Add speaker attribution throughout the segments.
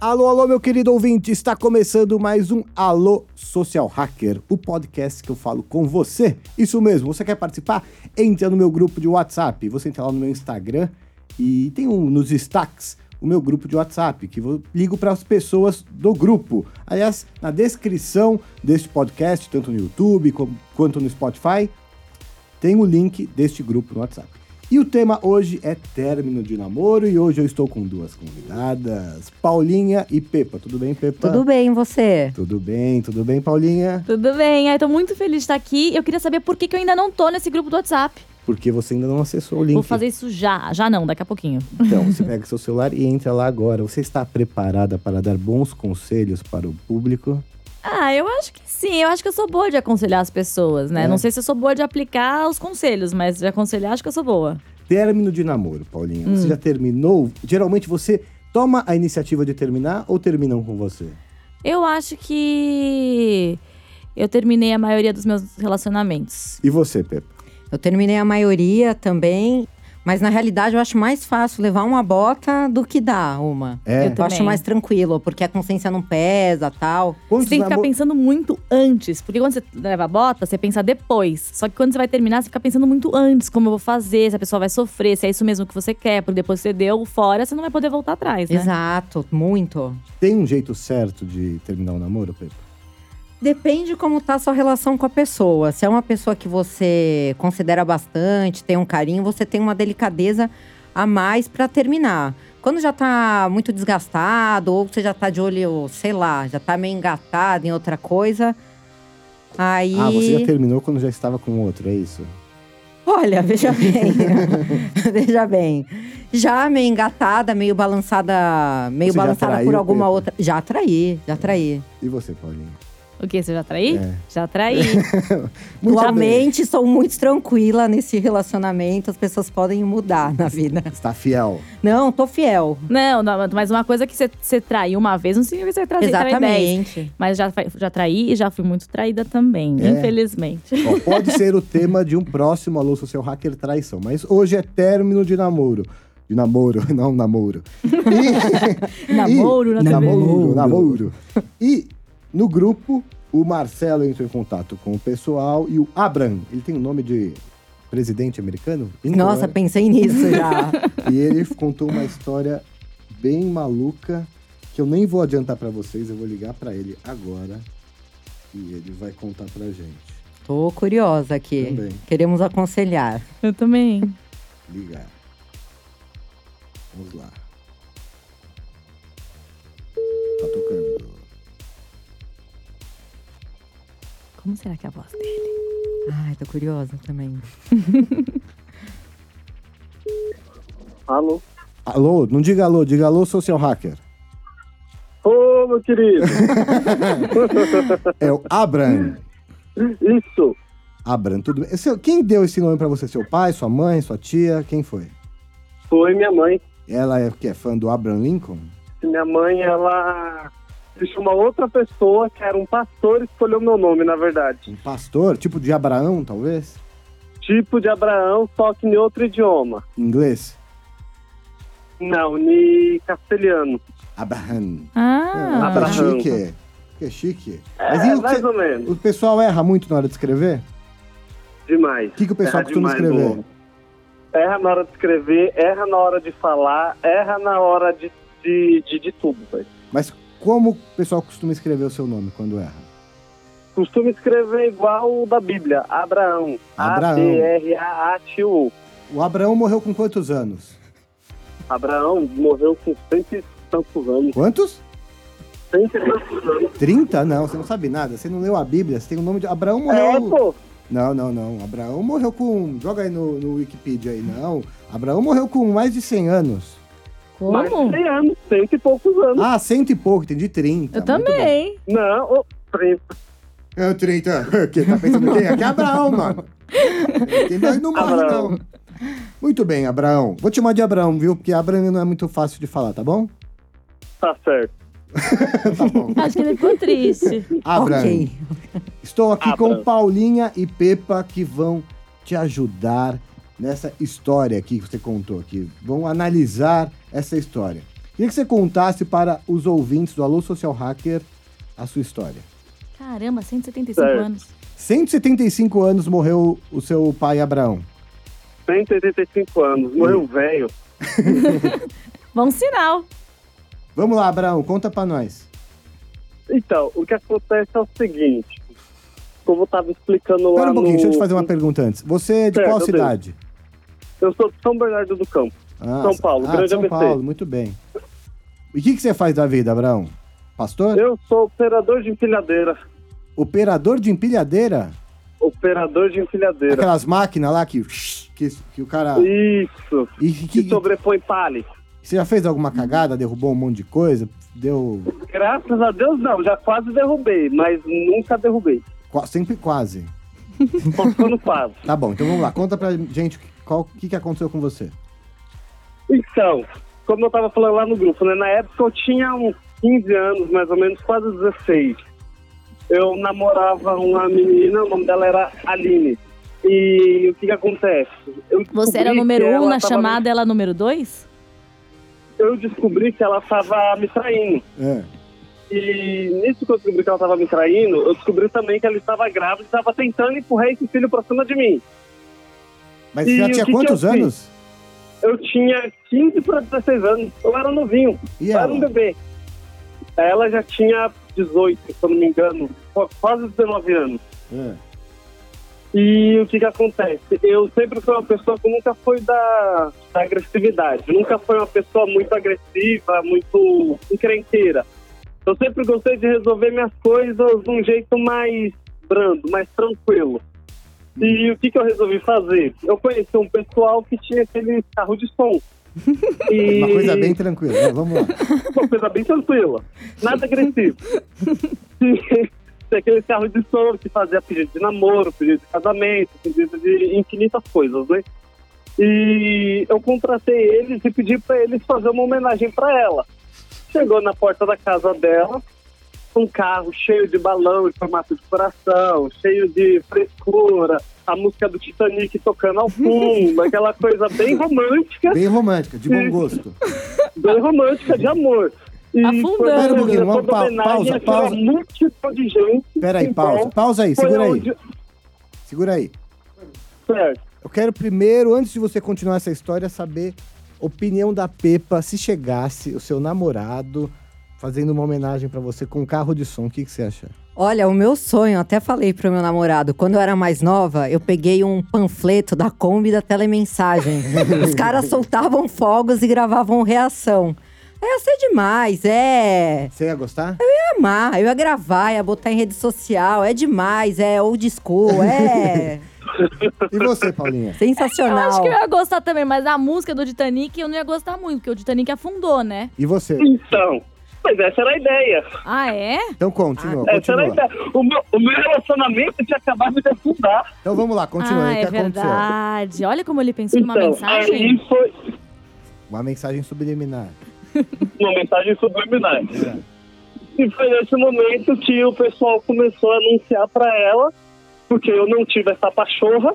Speaker 1: Alô, alô, meu querido ouvinte, está começando mais um Alô Social Hacker, o podcast que eu falo com você. Isso mesmo, você quer participar? Entra no meu grupo de WhatsApp, você entra lá no meu Instagram e tem um nos destaques o meu grupo de WhatsApp, que eu ligo para as pessoas do grupo. Aliás, na descrição deste podcast, tanto no YouTube como- quanto no Spotify, tem o link deste grupo no WhatsApp. E o tema hoje é término de namoro e hoje eu estou com duas convidadas, Paulinha e Pepa. Tudo bem, Pepa?
Speaker 2: Tudo bem, você?
Speaker 1: Tudo bem, tudo bem, Paulinha?
Speaker 3: Tudo bem, ai, tô muito feliz de estar aqui. Eu queria saber por que, que eu ainda não tô nesse grupo do WhatsApp.
Speaker 1: Porque você ainda não acessou o link.
Speaker 3: Vou fazer isso já, já não, daqui a pouquinho.
Speaker 1: Então, você pega seu celular e entra lá agora. Você está preparada para dar bons conselhos para o público?
Speaker 3: Ah, eu acho que sim, eu acho que eu sou boa de aconselhar as pessoas, né?
Speaker 1: É.
Speaker 3: Não sei se eu sou boa de aplicar os conselhos, mas de aconselhar acho que eu sou boa.
Speaker 1: Término de namoro, Paulinha.
Speaker 3: Hum.
Speaker 1: Você já terminou? Geralmente você toma a iniciativa de terminar ou terminam com você?
Speaker 3: Eu acho que eu terminei a maioria dos meus relacionamentos.
Speaker 1: E você, Pepa?
Speaker 2: Eu terminei a maioria também, mas na realidade eu acho mais fácil levar uma bota do que dar uma.
Speaker 1: É?
Speaker 2: Eu acho
Speaker 3: Também.
Speaker 2: mais tranquilo, porque a consciência não pesa tal.
Speaker 1: Quantos
Speaker 3: você tem que ficar
Speaker 1: namo-
Speaker 3: pensando muito antes, porque quando você leva a bota, você pensa depois. Só que quando você vai terminar, você fica pensando muito antes, como eu vou fazer, se a pessoa vai sofrer, se é isso mesmo que você quer, porque depois que você deu fora, você não vai poder voltar atrás, né?
Speaker 2: Exato, muito.
Speaker 1: Tem um jeito certo de terminar o namoro, Pepa?
Speaker 2: Depende como tá a sua relação com a pessoa. Se é uma pessoa que você considera bastante, tem um carinho, você tem uma delicadeza a mais pra terminar. Quando já tá muito desgastado, ou você já tá de olho, sei lá, já tá meio engatado em outra coisa, aí.
Speaker 1: Ah, você já terminou quando já estava com outro, é isso?
Speaker 2: Olha, veja bem. veja bem. Já meio engatada, meio balançada, meio
Speaker 1: Você já
Speaker 2: balançada
Speaker 1: traiu,
Speaker 2: por alguma
Speaker 1: Pepa?
Speaker 2: outra. Já traí, já traí.
Speaker 1: E você, Paulinha?
Speaker 3: O quê? Você já traí?
Speaker 1: É.
Speaker 3: Já traí.
Speaker 1: bem.
Speaker 2: Atualmente sou muito tranquila nesse relacionamento, as pessoas podem mudar na vida.
Speaker 1: Está fiel.
Speaker 2: Não, tô fiel.
Speaker 3: não, não, mas uma coisa é que você, você traiu uma vez, não significa que você vai trazer trair dez.
Speaker 2: Exatamente.
Speaker 3: Mas já, fa- já traí e já fui muito traída também,
Speaker 1: É.
Speaker 3: infelizmente.
Speaker 1: Ó, pode ser o tema de um próximo Alô Social Hacker Traição, mas hoje é término de namoro. De namoro, não namoro. E-
Speaker 3: Namoro,
Speaker 1: e,
Speaker 3: nada a ver.
Speaker 1: namoro, namoro. E no grupo, o Marcelo entrou em contato com o pessoal e o Abram, ele tem o nome de presidente americano? Então,
Speaker 2: Nossa,
Speaker 1: né?
Speaker 2: pensei nisso já.
Speaker 1: E ele contou uma história bem maluca que eu nem vou adiantar pra vocês, eu vou ligar pra ele agora e ele vai contar pra gente.
Speaker 2: tô curiosa aqui.
Speaker 1: Também.
Speaker 2: Queremos aconselhar.
Speaker 3: Eu também.
Speaker 1: Ligar. Vamos lá. Tá tocando.
Speaker 3: Como será que é a voz dele?
Speaker 2: Ai, tô curiosa também.
Speaker 4: Alô?
Speaker 1: Alô, não diga alô, diga alô, social hacker.
Speaker 4: Ô, meu querido!
Speaker 1: É o Abram.
Speaker 4: Isso!
Speaker 1: Abram, tudo bem. Seu- Quem deu esse nome pra você? Seu pai, sua mãe, sua tia? Quem foi?
Speaker 4: Foi minha mãe.
Speaker 1: Ela é, que é fã do Abraham Lincoln?
Speaker 4: Minha mãe, ela... Deixou uma outra pessoa, que era um pastor, e escolheu meu nome, na verdade.
Speaker 1: Um pastor? Tipo de Abraão, talvez?
Speaker 4: Tipo de Abraão, só que em outro idioma.
Speaker 1: Inglês?
Speaker 4: Não, em castelhano.
Speaker 1: Abraham.
Speaker 3: Ah,
Speaker 1: que
Speaker 4: Abraham.
Speaker 1: chique. Que chique. Mas e
Speaker 4: É,
Speaker 1: o,
Speaker 4: mais
Speaker 1: que,
Speaker 4: ou menos.
Speaker 1: o pessoal erra muito na hora de escrever?
Speaker 4: Demais.
Speaker 1: O que, que o pessoal
Speaker 4: Erra
Speaker 1: costuma
Speaker 4: demais,
Speaker 1: escrever?
Speaker 4: Lu. Erra na hora de escrever, erra na hora de falar, erra na hora de, de, de, de tudo, velho.
Speaker 1: Mas como o pessoal costuma escrever o seu nome quando erra?
Speaker 4: Costuma escrever igual o da Bíblia, Abraão.
Speaker 1: Abraão.
Speaker 4: A-B-R-A-A-T-U.
Speaker 1: O Abraão morreu com quantos anos?
Speaker 4: Abraão morreu com cento e tantos anos.
Speaker 1: Quantos?
Speaker 4: Cento e tantos anos.
Speaker 1: 30? Não, você não sabe nada. Você não leu a Bíblia, você tem o nome de. Abraão
Speaker 4: É,
Speaker 1: morreu.
Speaker 4: pô.
Speaker 1: não, não, não. Abraão morreu com. Joga aí no, no Wikipedia aí, não. Abraão morreu com mais de 100 anos.
Speaker 4: Mais de
Speaker 3: como?
Speaker 4: 100 anos, cento e poucos anos.
Speaker 1: Ah, cento e pouco, entendi 30.
Speaker 3: Eu
Speaker 1: muito bom.
Speaker 3: também.
Speaker 4: Não, ô, peraí.
Speaker 1: É o 30. Que tá pensando quem? Aqui é Abraão, mano. Quem mais não morre,
Speaker 4: Abraão.
Speaker 1: não. então. Muito bem, Abraão. Vou te chamar de Abraão, viu? Porque Abraão não é muito fácil de falar, tá bom?
Speaker 4: tá certo.
Speaker 1: tá bom.
Speaker 3: Acho que ele ficou triste.
Speaker 1: Abra.
Speaker 2: Ok.
Speaker 1: Estou aqui com
Speaker 4: Abra.
Speaker 1: Paulinha e Pepa que vão te ajudar nessa história aqui que você contou aqui. Vão analisar essa história. Queria que você contasse para os ouvintes do Alô Social Hacker a sua história.
Speaker 3: Caramba, 175
Speaker 4: Certo.
Speaker 3: anos.
Speaker 1: 175 anos morreu o seu pai Abraão.
Speaker 4: 185 anos, morreu velho.
Speaker 3: Bom sinal.
Speaker 1: Vamos lá, Abraão, conta pra nós.
Speaker 4: Então, o que acontece é o seguinte. Como eu tava explicando lá
Speaker 1: Espera um pouquinho,
Speaker 4: no...
Speaker 1: deixa eu te fazer uma pergunta antes. Você é de
Speaker 4: Certo,
Speaker 1: qual
Speaker 4: eu
Speaker 1: cidade?
Speaker 4: Eu sou de São Bernardo do Campo.
Speaker 1: Ah,
Speaker 4: São Paulo,
Speaker 1: ah,
Speaker 4: grande
Speaker 1: São
Speaker 4: ABC.
Speaker 1: Paulo, muito bem. E o que, que você faz da vida, Abraão? Pastor?
Speaker 4: Eu sou operador de empilhadeira.
Speaker 1: Operador de empilhadeira?
Speaker 4: Operador de empilhadeira.
Speaker 1: Aquelas máquinas lá que, que, que o cara.
Speaker 4: Isso.
Speaker 1: E Ah. que,
Speaker 4: Que sobrepõe palha.
Speaker 1: Você já fez alguma cagada? Derrubou um monte de coisa? Deu.
Speaker 4: Graças a Deus, não. Já quase derrubei, mas nunca derrubei.
Speaker 1: qua- Sempre quase.
Speaker 4: Só quando quase.
Speaker 1: Tá bom, então vamos lá. Conta pra gente o que- qual- o que, que aconteceu com você.
Speaker 4: Então, como eu tava falando lá no grupo, né? Na época eu tinha uns 15 anos, mais ou menos, quase 16. Eu namorava uma menina, o nome dela era Aline. E o que que acontece? Eu
Speaker 3: Você era
Speaker 4: descobri
Speaker 3: o número
Speaker 4: que
Speaker 3: um
Speaker 4: ela
Speaker 3: na
Speaker 4: tava-
Speaker 3: chamada, ela é o número dois?
Speaker 4: Eu descobri que ela tava me traindo.
Speaker 1: É.
Speaker 4: E nisso que eu descobri que ela tava me traindo, eu descobri também que ela estava grávida e estava tentando empurrar esse filho pra cima de mim.
Speaker 1: Mas
Speaker 4: E
Speaker 1: você já
Speaker 4: o que
Speaker 1: tinha
Speaker 4: que
Speaker 1: quantos
Speaker 4: eu fiz?
Speaker 1: anos?
Speaker 4: Eu tinha 15 para 16 anos, eu era novinho.
Speaker 1: E
Speaker 4: Era um
Speaker 1: ela?
Speaker 4: bebê. Ela já tinha 18, se eu não me engano, qu- quase 19 anos.
Speaker 1: É.
Speaker 4: E o que que acontece? Eu sempre fui uma pessoa que nunca foi da, da agressividade. Nunca foi uma pessoa muito agressiva, muito encrenqueira. Eu sempre gostei de resolver minhas coisas de um jeito mais brando, mais tranquilo. E o que que eu resolvi fazer? Eu conheci um pessoal que tinha aquele carro de som. E...
Speaker 1: Uma coisa bem tranquila. né? Vamos lá.
Speaker 4: Uma coisa bem tranquila. Nada agressivo. Tem aquele carro de som que fazia pedido de namoro, pedido de casamento, pedido de infinitas coisas, né? E eu contratei eles e pedi pra eles fazer uma homenagem pra ela. Chegou na porta da casa dela, um carro cheio de balão em formato de coração, cheio de frescura, a música do Titanic tocando ao fundo, aquela coisa bem romântica,
Speaker 1: Bem romântica, de bom gosto.
Speaker 4: bem romântica de amor. E
Speaker 3: Afundando.
Speaker 4: foi uma
Speaker 1: Pera um pouquinho, vamos
Speaker 4: toda
Speaker 1: pa-
Speaker 4: homenagem
Speaker 1: pausa,
Speaker 4: àquela
Speaker 1: pausa.
Speaker 4: multidão de gente.
Speaker 1: Pera aí,
Speaker 4: Então,
Speaker 1: pausa. Pausa aí,
Speaker 4: foi
Speaker 1: segura aí.
Speaker 4: onde- É,
Speaker 1: Segura aí.
Speaker 4: Certo.
Speaker 1: Eu quero primeiro, antes de você continuar essa história, saber opinião da Pepa se chegasse o seu namorado fazendo uma homenagem pra você com um carro de som. O que, que você acha?
Speaker 2: Olha, o meu sonho, eu até falei pro meu namorado, quando eu era mais nova, eu peguei um panfleto da Kombi da telemensagem. Os caras soltavam fogos e gravavam reação. Ia ser demais, é.
Speaker 1: Você ia gostar?
Speaker 2: Eu ia amar, eu ia gravar, ia botar em rede social, é demais, é old school, é
Speaker 1: E você, Paulinha?
Speaker 3: Eu
Speaker 2: sensacional.
Speaker 3: acho que eu ia gostar também, mas a música do Titanic eu não ia gostar muito, porque o Titanic afundou, né?
Speaker 1: E você?
Speaker 4: Então, mas essa era a ideia.
Speaker 3: Ah, é?
Speaker 1: Então continua,
Speaker 4: Essa era a
Speaker 1: continua.
Speaker 4: ideia. O meu, o meu relacionamento tinha acabado de afundar.
Speaker 1: Então vamos lá, continua.
Speaker 3: ah,
Speaker 1: aí, o
Speaker 3: é
Speaker 1: que aconteceu?
Speaker 3: verdade. Olha como ele pensou numa
Speaker 4: então,
Speaker 3: mensagem.
Speaker 4: aí foi
Speaker 1: Uma mensagem subliminar.
Speaker 4: uma mensagem subliminar.
Speaker 1: É.
Speaker 4: E foi nesse momento que o pessoal começou a anunciar pra ela, porque eu não tive essa pachorra,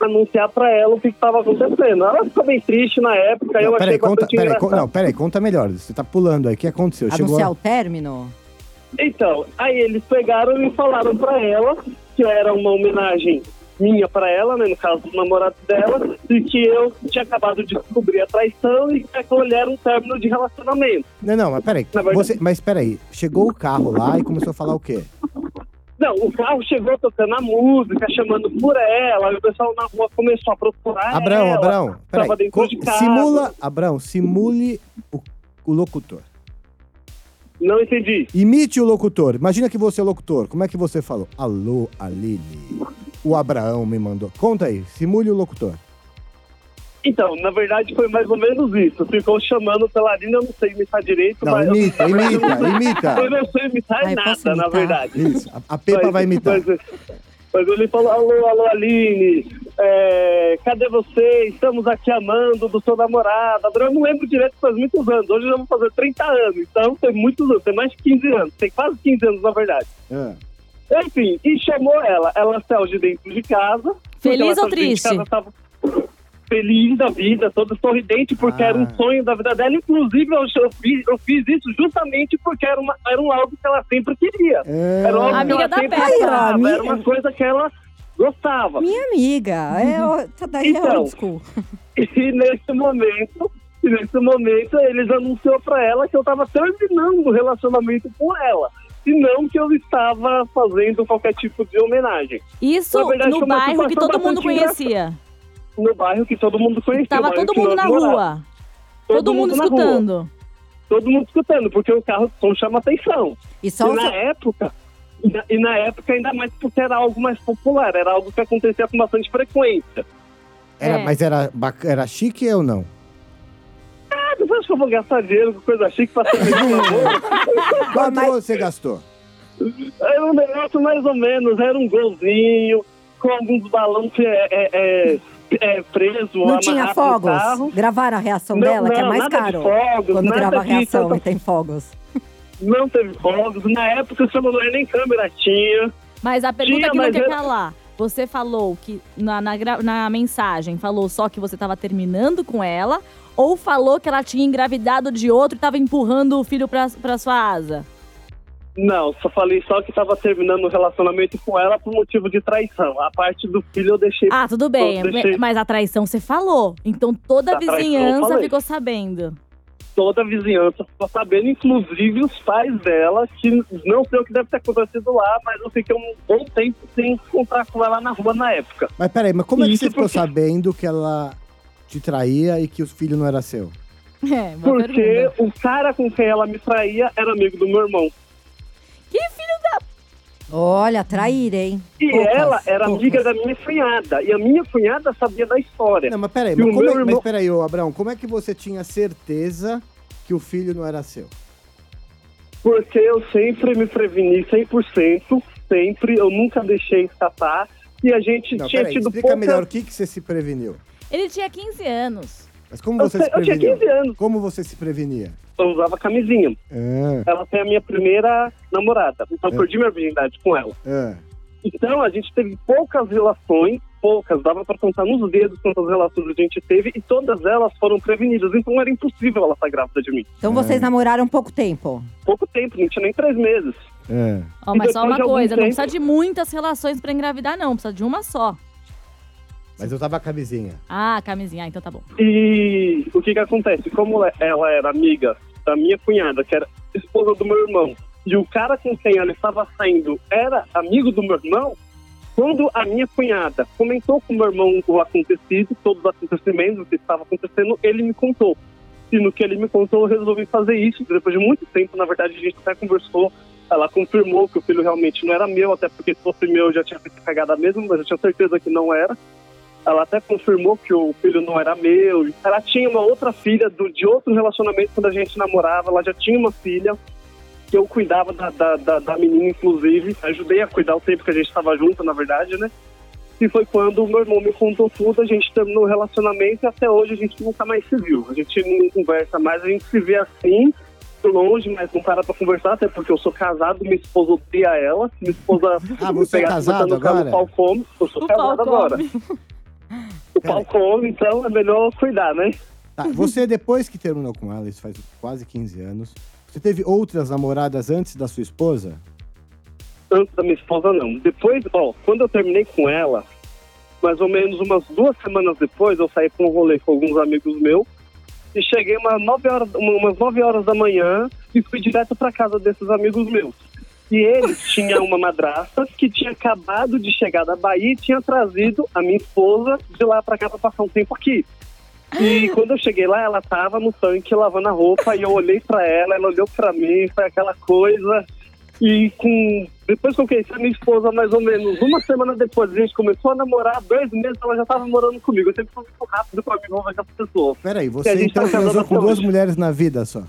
Speaker 4: anunciar pra ela o que estava acontecendo. Ela ficou bem triste na época, eu
Speaker 1: Não,
Speaker 4: achei
Speaker 1: peraí, conta,
Speaker 4: bastante
Speaker 1: peraí, con-
Speaker 4: engraçado.
Speaker 1: não, peraí, conta melhor. Você tá pulando aí. O que aconteceu? Chegou.
Speaker 2: Anunciar o término?
Speaker 4: Então, aí eles pegaram e falaram pra ela que era uma homenagem minha pra ela, né, no caso do namorado dela, e que eu tinha acabado de descobrir a traição e que aquilo ali era um término de relacionamento.
Speaker 1: Não, não, mas peraí.
Speaker 4: Na verdade-
Speaker 1: Você, mas peraí, chegou o carro lá e começou a falar o quê?
Speaker 4: Não, o carro chegou tocando a música, chamando por ela, e o pessoal na rua começou a procurar
Speaker 1: Abrão,
Speaker 4: ela.
Speaker 1: Abrão, peraí.
Speaker 4: tava dentro
Speaker 1: Co-
Speaker 4: de casa.
Speaker 1: Simula, Abrão, simule o, o locutor.
Speaker 4: Não entendi.
Speaker 1: Imite o locutor. Imagina que você é locutor. Como é que você falou? Alô, Aline. O Abraão me mandou. Conta aí, simule o locutor.
Speaker 4: Então, na verdade foi mais ou menos isso. Ficou chamando pela Aline, eu não sei imitar direito,
Speaker 1: Não,
Speaker 4: mas
Speaker 1: imita, imita, imita.
Speaker 4: eu não sei imitar
Speaker 2: Ai, posso
Speaker 4: nada, na
Speaker 2: imitar?
Speaker 4: verdade.
Speaker 1: Isso, a, a Pepa
Speaker 4: Mas-
Speaker 1: vai imitar.
Speaker 4: mas- Mas ele falou, alô, alô, Aline, é, cadê você? Estamos aqui amando do seu namorado. Agora eu não lembro direito, faz muitos anos. Hoje eu já vou fazer 30 anos, então tem muitos anos, tem mais de 15 anos. Tem quase 15 anos, na verdade.
Speaker 1: Ah,
Speaker 4: Enfim, e chamou ela. Ela saiu de dentro de casa. porque
Speaker 3: Feliz
Speaker 4: ela
Speaker 3: ou
Speaker 4: saiu de dentro de
Speaker 3: triste?
Speaker 4: casa, tava feliz da vida, toda sorridente, porque
Speaker 1: Ah.
Speaker 4: era um sonho da vida dela. Inclusive, eu, eu fiz, eu fiz isso justamente porque era, uma, era um algo que ela sempre queria.
Speaker 1: é.
Speaker 4: Era um algo que
Speaker 3: Amiga
Speaker 4: ela
Speaker 3: da
Speaker 4: sempre
Speaker 3: Petra.
Speaker 4: gostava,
Speaker 2: Ai, ó,
Speaker 4: Era uma
Speaker 2: amiga.
Speaker 4: coisa que ela gostava.
Speaker 2: Minha amiga, é, o- tá daí é
Speaker 4: Então.
Speaker 2: old school.
Speaker 4: E nesse momento, e nesse momento, eles anunciou pra ela que eu tava terminando o relacionamento com ela. E não que eu estava fazendo qualquer tipo de homenagem.
Speaker 3: Isso
Speaker 4: Na verdade, foi
Speaker 3: no
Speaker 4: uma
Speaker 3: bairro que
Speaker 4: situação
Speaker 3: todo mundo
Speaker 4: bastante engraçada.
Speaker 3: conhecia.
Speaker 4: No bairro que todo mundo conhecia. o
Speaker 3: Tava
Speaker 4: bairro
Speaker 3: todo
Speaker 4: que
Speaker 3: mundo
Speaker 4: nós
Speaker 3: na
Speaker 4: morávamos.
Speaker 3: rua. Todo, mundo
Speaker 4: na rua,
Speaker 3: escutando.
Speaker 4: todo mundo escutando, porque o carro do som chama atenção.
Speaker 2: E só
Speaker 4: e
Speaker 2: os,
Speaker 4: na época, e na, e na época ainda mais porque era algo mais popular, era algo que acontecia com bastante frequência.
Speaker 1: Era-
Speaker 3: É.
Speaker 1: Mas era, bac- era chique ou não?
Speaker 4: Ah, você acha que eu vou gastar dinheiro com coisa chique pra ser Ah,
Speaker 1: Quanto
Speaker 2: mas-
Speaker 1: você gastou?
Speaker 4: Era um negócio mais ou menos, era um golzinho, com alguns balões é, é, é, é, preso,
Speaker 2: não tinha
Speaker 4: amarrado no
Speaker 2: fogos?
Speaker 4: carro.
Speaker 2: Gravaram a reação dela, que é mais
Speaker 4: nada
Speaker 2: caro.
Speaker 4: De fogos,
Speaker 2: Quando
Speaker 4: nada
Speaker 2: grava a
Speaker 4: disso,
Speaker 2: reação
Speaker 4: essa-
Speaker 2: e tem fogos.
Speaker 4: Não teve fogos. Na época o celular nem câmera tinha.
Speaker 3: Mas a pergunta
Speaker 4: Tinha,
Speaker 3: que não
Speaker 4: mas
Speaker 3: quer
Speaker 4: eu-
Speaker 3: calar. Você falou que na, na, gra- na mensagem falou só que você tava terminando com ela, ou falou que ela tinha engravidado de outro e tava empurrando o filho pra, pra sua asa?
Speaker 4: Não, só falei só que tava terminando o relacionamento com ela por motivo de traição. A parte do filho eu deixei.
Speaker 3: Ah, tudo bem.
Speaker 4: Eu deixei-
Speaker 3: Mas a traição você falou. Então toda a
Speaker 4: A traição eu
Speaker 3: vizinhança
Speaker 4: falei.
Speaker 3: ficou sabendo.
Speaker 4: toda a vizinhança ficou sabendo, inclusive os pais dela, que não sei o que deve ter acontecido lá, mas eu fiquei um bom tempo sem encontrar com ela na rua na época.
Speaker 1: Mas peraí, mas como é que
Speaker 4: Isso
Speaker 1: você ficou
Speaker 4: porque-
Speaker 1: sabendo que ela te traía e que os filhos não era seu?
Speaker 3: É, uma
Speaker 4: Porque
Speaker 3: pergunta.
Speaker 4: o cara com quem ela me traía era amigo do meu irmão.
Speaker 3: Que filho
Speaker 2: Olha, traíra, hein?
Speaker 4: E
Speaker 2: Poucas,
Speaker 4: ela era
Speaker 2: poucas.
Speaker 4: amiga da minha cunhada. E a minha cunhada sabia da história.
Speaker 1: Não, mas peraí,
Speaker 4: E
Speaker 1: mas,
Speaker 4: o
Speaker 1: como
Speaker 4: meu
Speaker 1: é, mas
Speaker 4: irmão-
Speaker 1: peraí, ô, Abraão, como é que você tinha certeza que o filho não era seu?
Speaker 4: Porque eu sempre me preveni 100%, sempre, eu nunca deixei escapar. E a gente
Speaker 1: Não,
Speaker 4: tinha
Speaker 1: peraí,
Speaker 4: tido
Speaker 1: explica
Speaker 4: pouca...
Speaker 1: melhor o que, que você se preveniu.
Speaker 3: Ele tinha 15 anos.
Speaker 1: Mas como
Speaker 4: Eu,
Speaker 1: você
Speaker 4: sei-
Speaker 1: se
Speaker 4: eu tinha
Speaker 1: preveniu?
Speaker 4: 15 anos,
Speaker 1: Como você se prevenia?
Speaker 4: eu usava camisinha.
Speaker 1: Ah,
Speaker 4: Ela foi a minha primeira namorada. Então eu
Speaker 1: É.
Speaker 4: perdi minha virgindade com ela.
Speaker 1: ah.
Speaker 4: Então a gente teve poucas relações, poucas, dava pra contar nos dedos quantas relações a gente teve e todas elas foram prevenidas. Então era impossível ela estar grávida de mim.
Speaker 2: Então vocês namoraram pouco tempo.
Speaker 4: Pouco tempo, não tinha nem três meses.
Speaker 1: É.
Speaker 3: Ó,
Speaker 4: E
Speaker 3: mas só
Speaker 4: depois de
Speaker 3: uma
Speaker 4: algum
Speaker 3: coisa, não
Speaker 4: tempo-
Speaker 3: precisa de muitas relações pra engravidar, não. Precisa de uma só.
Speaker 1: Mas eu tava com a vizinha.
Speaker 3: Ah, camisinha. Ah, então tá bom.
Speaker 4: E o que que acontece? Como le- ela era amiga da minha cunhada, que era esposa do meu irmão, e o cara com quem ela estava saindo era amigo do meu irmão, quando a minha cunhada comentou com o meu irmão o acontecido, todos os acontecimentos, o que estava acontecendo, ele me contou. E no que ele me contou, eu resolvi fazer isso. Depois de muito tempo, na verdade, a gente até conversou. Ela confirmou que o filho realmente não era meu, até porque se fosse meu eu já tinha feito cagada mesmo, mas eu tinha certeza que não era. Ela até confirmou que o filho não era meu. Ela tinha uma outra filha do, de outro relacionamento quando a gente namorava. Ela já tinha uma filha que eu cuidava da, da, da, da menina, inclusive. Ajudei a cuidar o tempo que a gente estava junto, na verdade, né? E foi quando o meu irmão me contou tudo, a gente terminou o relacionamento e até hoje a gente nunca mais se viu. A gente não conversa mais, a gente se vê assim, de longe, mas não para pra conversar, até porque eu sou casado, minha esposa odeia ela. Minha esposa
Speaker 1: Ah, você é
Speaker 4: pegar,
Speaker 1: casado
Speaker 4: botar no carro,
Speaker 1: agora?
Speaker 4: o pau come. Eu sou
Speaker 3: O pau
Speaker 4: casado agora.
Speaker 3: come.
Speaker 4: O pau come, então é melhor cuidar, né?
Speaker 1: Tá, você depois que terminou com ela, isso faz quase 15 anos, você teve outras namoradas antes da sua esposa?
Speaker 4: Antes da minha esposa, não. Depois, ó, quando eu terminei com ela, mais ou menos umas duas semanas depois, eu saí pra um rolê com alguns amigos meus e cheguei umas nove horas, uma- umas nove horas da manhã e fui direto pra casa desses amigos meus. E eles tinham uma madrasta que tinha acabado de chegar da Bahia e tinha trazido a minha esposa de lá pra cá pra passar um tempo aqui. E quando eu cheguei lá, ela tava no tanque lavando a roupa e eu olhei pra ela, ela olhou pra mim, foi aquela coisa. E com depois que eu conheci a minha esposa, mais ou menos uma semana depois, a gente começou a namorar, dois meses ela já tava morando comigo. Eu sempre fui muito rápido pra me envolver com as pessoas.
Speaker 1: Peraí, você
Speaker 4: gente
Speaker 1: então
Speaker 4: tá casado
Speaker 1: transou
Speaker 4: até
Speaker 1: com duas
Speaker 4: hoje.
Speaker 1: mulheres na vida só.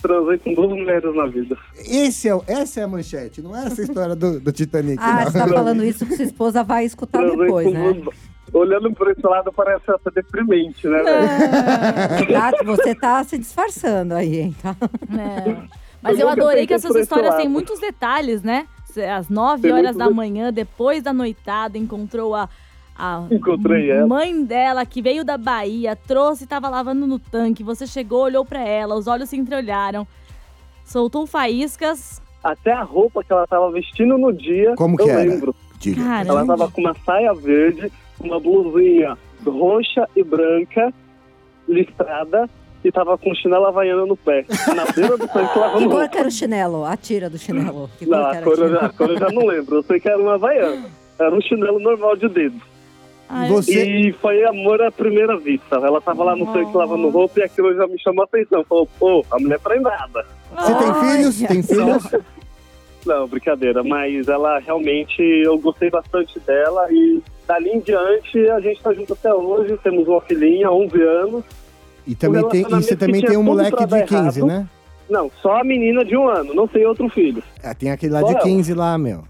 Speaker 4: transei com duas mulheres na vida.
Speaker 1: Esse é, o- essa é a manchete, não é essa história do, do Titanic,
Speaker 2: Ah,
Speaker 1: não.
Speaker 2: você tá falando isso que sua esposa vai escutar depois, né?
Speaker 4: duas. Olhando por esse lado parece até deprimente,
Speaker 2: É.
Speaker 4: né? velho?
Speaker 2: Tá, você tá se disfarçando aí, hein? Tá?
Speaker 3: É. Mas
Speaker 4: Eu
Speaker 3: eu
Speaker 4: nunca
Speaker 3: adorei que
Speaker 4: pensei
Speaker 3: essas
Speaker 4: por esse
Speaker 3: histórias têm
Speaker 4: lado.
Speaker 3: muitos detalhes, né? Cê- Às 9
Speaker 4: Tem
Speaker 3: horas
Speaker 4: muitos
Speaker 3: da
Speaker 4: de-
Speaker 3: manhã, depois da noitada, encontrou a, a
Speaker 4: Encontrei ela.
Speaker 3: mãe dela, que veio da Bahia, trouxe e tava lavando no tanque. Você chegou, olhou pra ela, os olhos se entreolharam, soltou faíscas.
Speaker 4: Até a roupa que ela tava vestindo no dia,
Speaker 1: Como
Speaker 4: eu
Speaker 1: que era?
Speaker 4: lembro.
Speaker 1: Diga.
Speaker 3: Cara,
Speaker 4: Ela tava com uma saia verde, uma blusinha roxa e branca, listrada, e tava com chinela havaiana no pé. Na beira do tanque
Speaker 2: Que
Speaker 4: lavando
Speaker 2: cor
Speaker 4: roupa.
Speaker 2: que era o chinelo? A tira do chinelo. Que cor
Speaker 4: Tá Não,
Speaker 2: que
Speaker 4: a
Speaker 2: era
Speaker 4: cor,
Speaker 2: o
Speaker 4: eu já,
Speaker 2: chinelo?
Speaker 4: a cor eu já não lembro. Eu sei que era uma havaiana. Era um chinelo normal de dedo. Ah,
Speaker 3: Ai,
Speaker 1: Você,
Speaker 4: E foi amor à primeira vista. Ela tava lá no tanque lavando roupa e aquilo já me chamou a atenção. Falou, pô, a mulher tá prendada.
Speaker 1: você tem filhos? Tem filhos?
Speaker 4: Não, brincadeira, mas ela realmente, eu gostei bastante dela e dali em diante a gente tá junto até hoje, temos uma filhinha, 11 anos.
Speaker 1: E, também tem, e você
Speaker 4: relacionamento
Speaker 1: também
Speaker 4: que
Speaker 1: tem um
Speaker 4: tinha tudo
Speaker 1: moleque
Speaker 4: pra
Speaker 1: de
Speaker 4: dar
Speaker 1: 15,
Speaker 4: errado.
Speaker 1: né?
Speaker 4: Não, só a menina de um ano, não tem outro filho.
Speaker 1: Ah, tem aquele lá
Speaker 4: Só
Speaker 1: de
Speaker 4: ela.
Speaker 1: 15 lá, meu.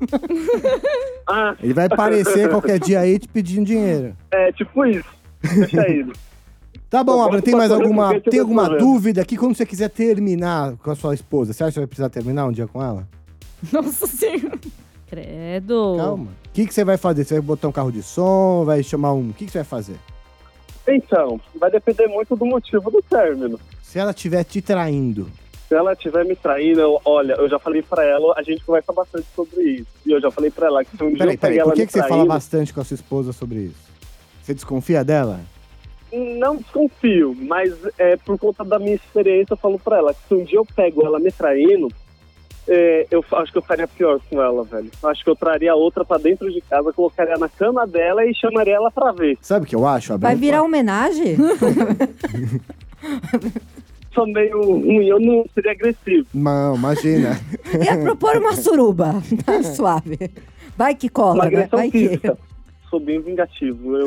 Speaker 4: Ah,
Speaker 1: Ele vai aparecer qualquer dia aí te pedindo dinheiro.
Speaker 4: é tipo isso. Deixa ele.
Speaker 1: Tá bom,
Speaker 4: Eu
Speaker 1: Abra,
Speaker 4: posso
Speaker 1: tem mais
Speaker 4: passar
Speaker 1: alguma,
Speaker 4: por que
Speaker 1: tem
Speaker 4: eu tô
Speaker 1: alguma
Speaker 4: falando.
Speaker 1: dúvida aqui? Quando você quiser terminar com a sua esposa, você acha que vai precisar terminar um dia com ela?
Speaker 3: Nossa senhora. Credo.
Speaker 1: Calma. O que, que você vai fazer? Você vai botar um carro de som? Vai chamar um. O que, que você vai fazer?
Speaker 4: Então, vai depender muito do motivo do término.
Speaker 1: Se ela estiver te traindo,
Speaker 4: Se ela estiver me traindo, eu- olha, eu já falei pra ela, a gente conversa bastante sobre isso. E eu já falei pra ela que se um dia
Speaker 1: Peraí,
Speaker 4: eu pegar
Speaker 1: peraí,
Speaker 4: ela
Speaker 1: por que,
Speaker 4: me
Speaker 1: que você fala
Speaker 4: traindo,
Speaker 1: bastante com a sua esposa sobre isso? Você desconfia dela?
Speaker 4: Não desconfio, mas é, por conta da minha experiência, eu falo pra ela que se um dia eu pego ela me traindo, é, eu fa- acho que eu faria pior com ela, velho. Eu Acho que eu traria outra pra dentro de casa, colocaria na cama dela e chamaria ela pra ver.
Speaker 1: Sabe o que eu acho, Abel?
Speaker 2: Vai
Speaker 3: um
Speaker 2: virar homenagem?
Speaker 4: Sou meio ruim, eu não seria agressivo.
Speaker 1: Não, imagina.
Speaker 2: Ia propor uma suruba. Tá suave. Vai que
Speaker 4: É. Uma
Speaker 2: cola, né?
Speaker 4: agressão
Speaker 2: Vai que.
Speaker 4: física. Sou bem vingativo. Eu,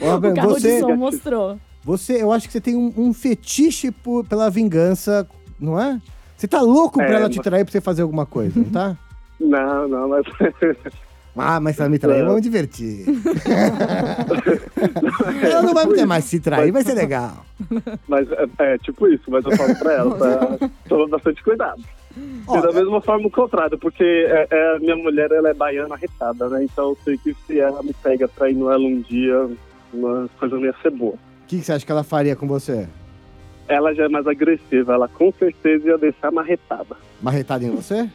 Speaker 1: Ô, Abel,
Speaker 3: O carro
Speaker 1: você,
Speaker 3: de som mostrou.
Speaker 1: você, eu acho que você tem um, um fetiche por, pela vingança, não é? Você tá louco pra
Speaker 4: É,
Speaker 1: ela te
Speaker 4: mas-
Speaker 1: trair pra você fazer alguma coisa, não tá?
Speaker 4: não, não, mas
Speaker 1: Ah, mas se ela me trair,
Speaker 4: É.
Speaker 1: vamos divertir. ela não vai me ter mais se trair, vai ser legal.
Speaker 4: Mas é, é tipo isso, mas eu falo pra ela, pra tomar bastante cuidado.
Speaker 1: Ó,
Speaker 4: e da mesma forma o contrário, porque é, é, a minha mulher ela é baiana retada, né? Então eu sei que se ela me pega traindo ela um dia, uma coisa não ia ser boa.
Speaker 1: O que, que você acha que ela faria com você?
Speaker 4: Ela já é mais agressiva, ela com certeza ia deixar marretada.
Speaker 1: Marretada em você?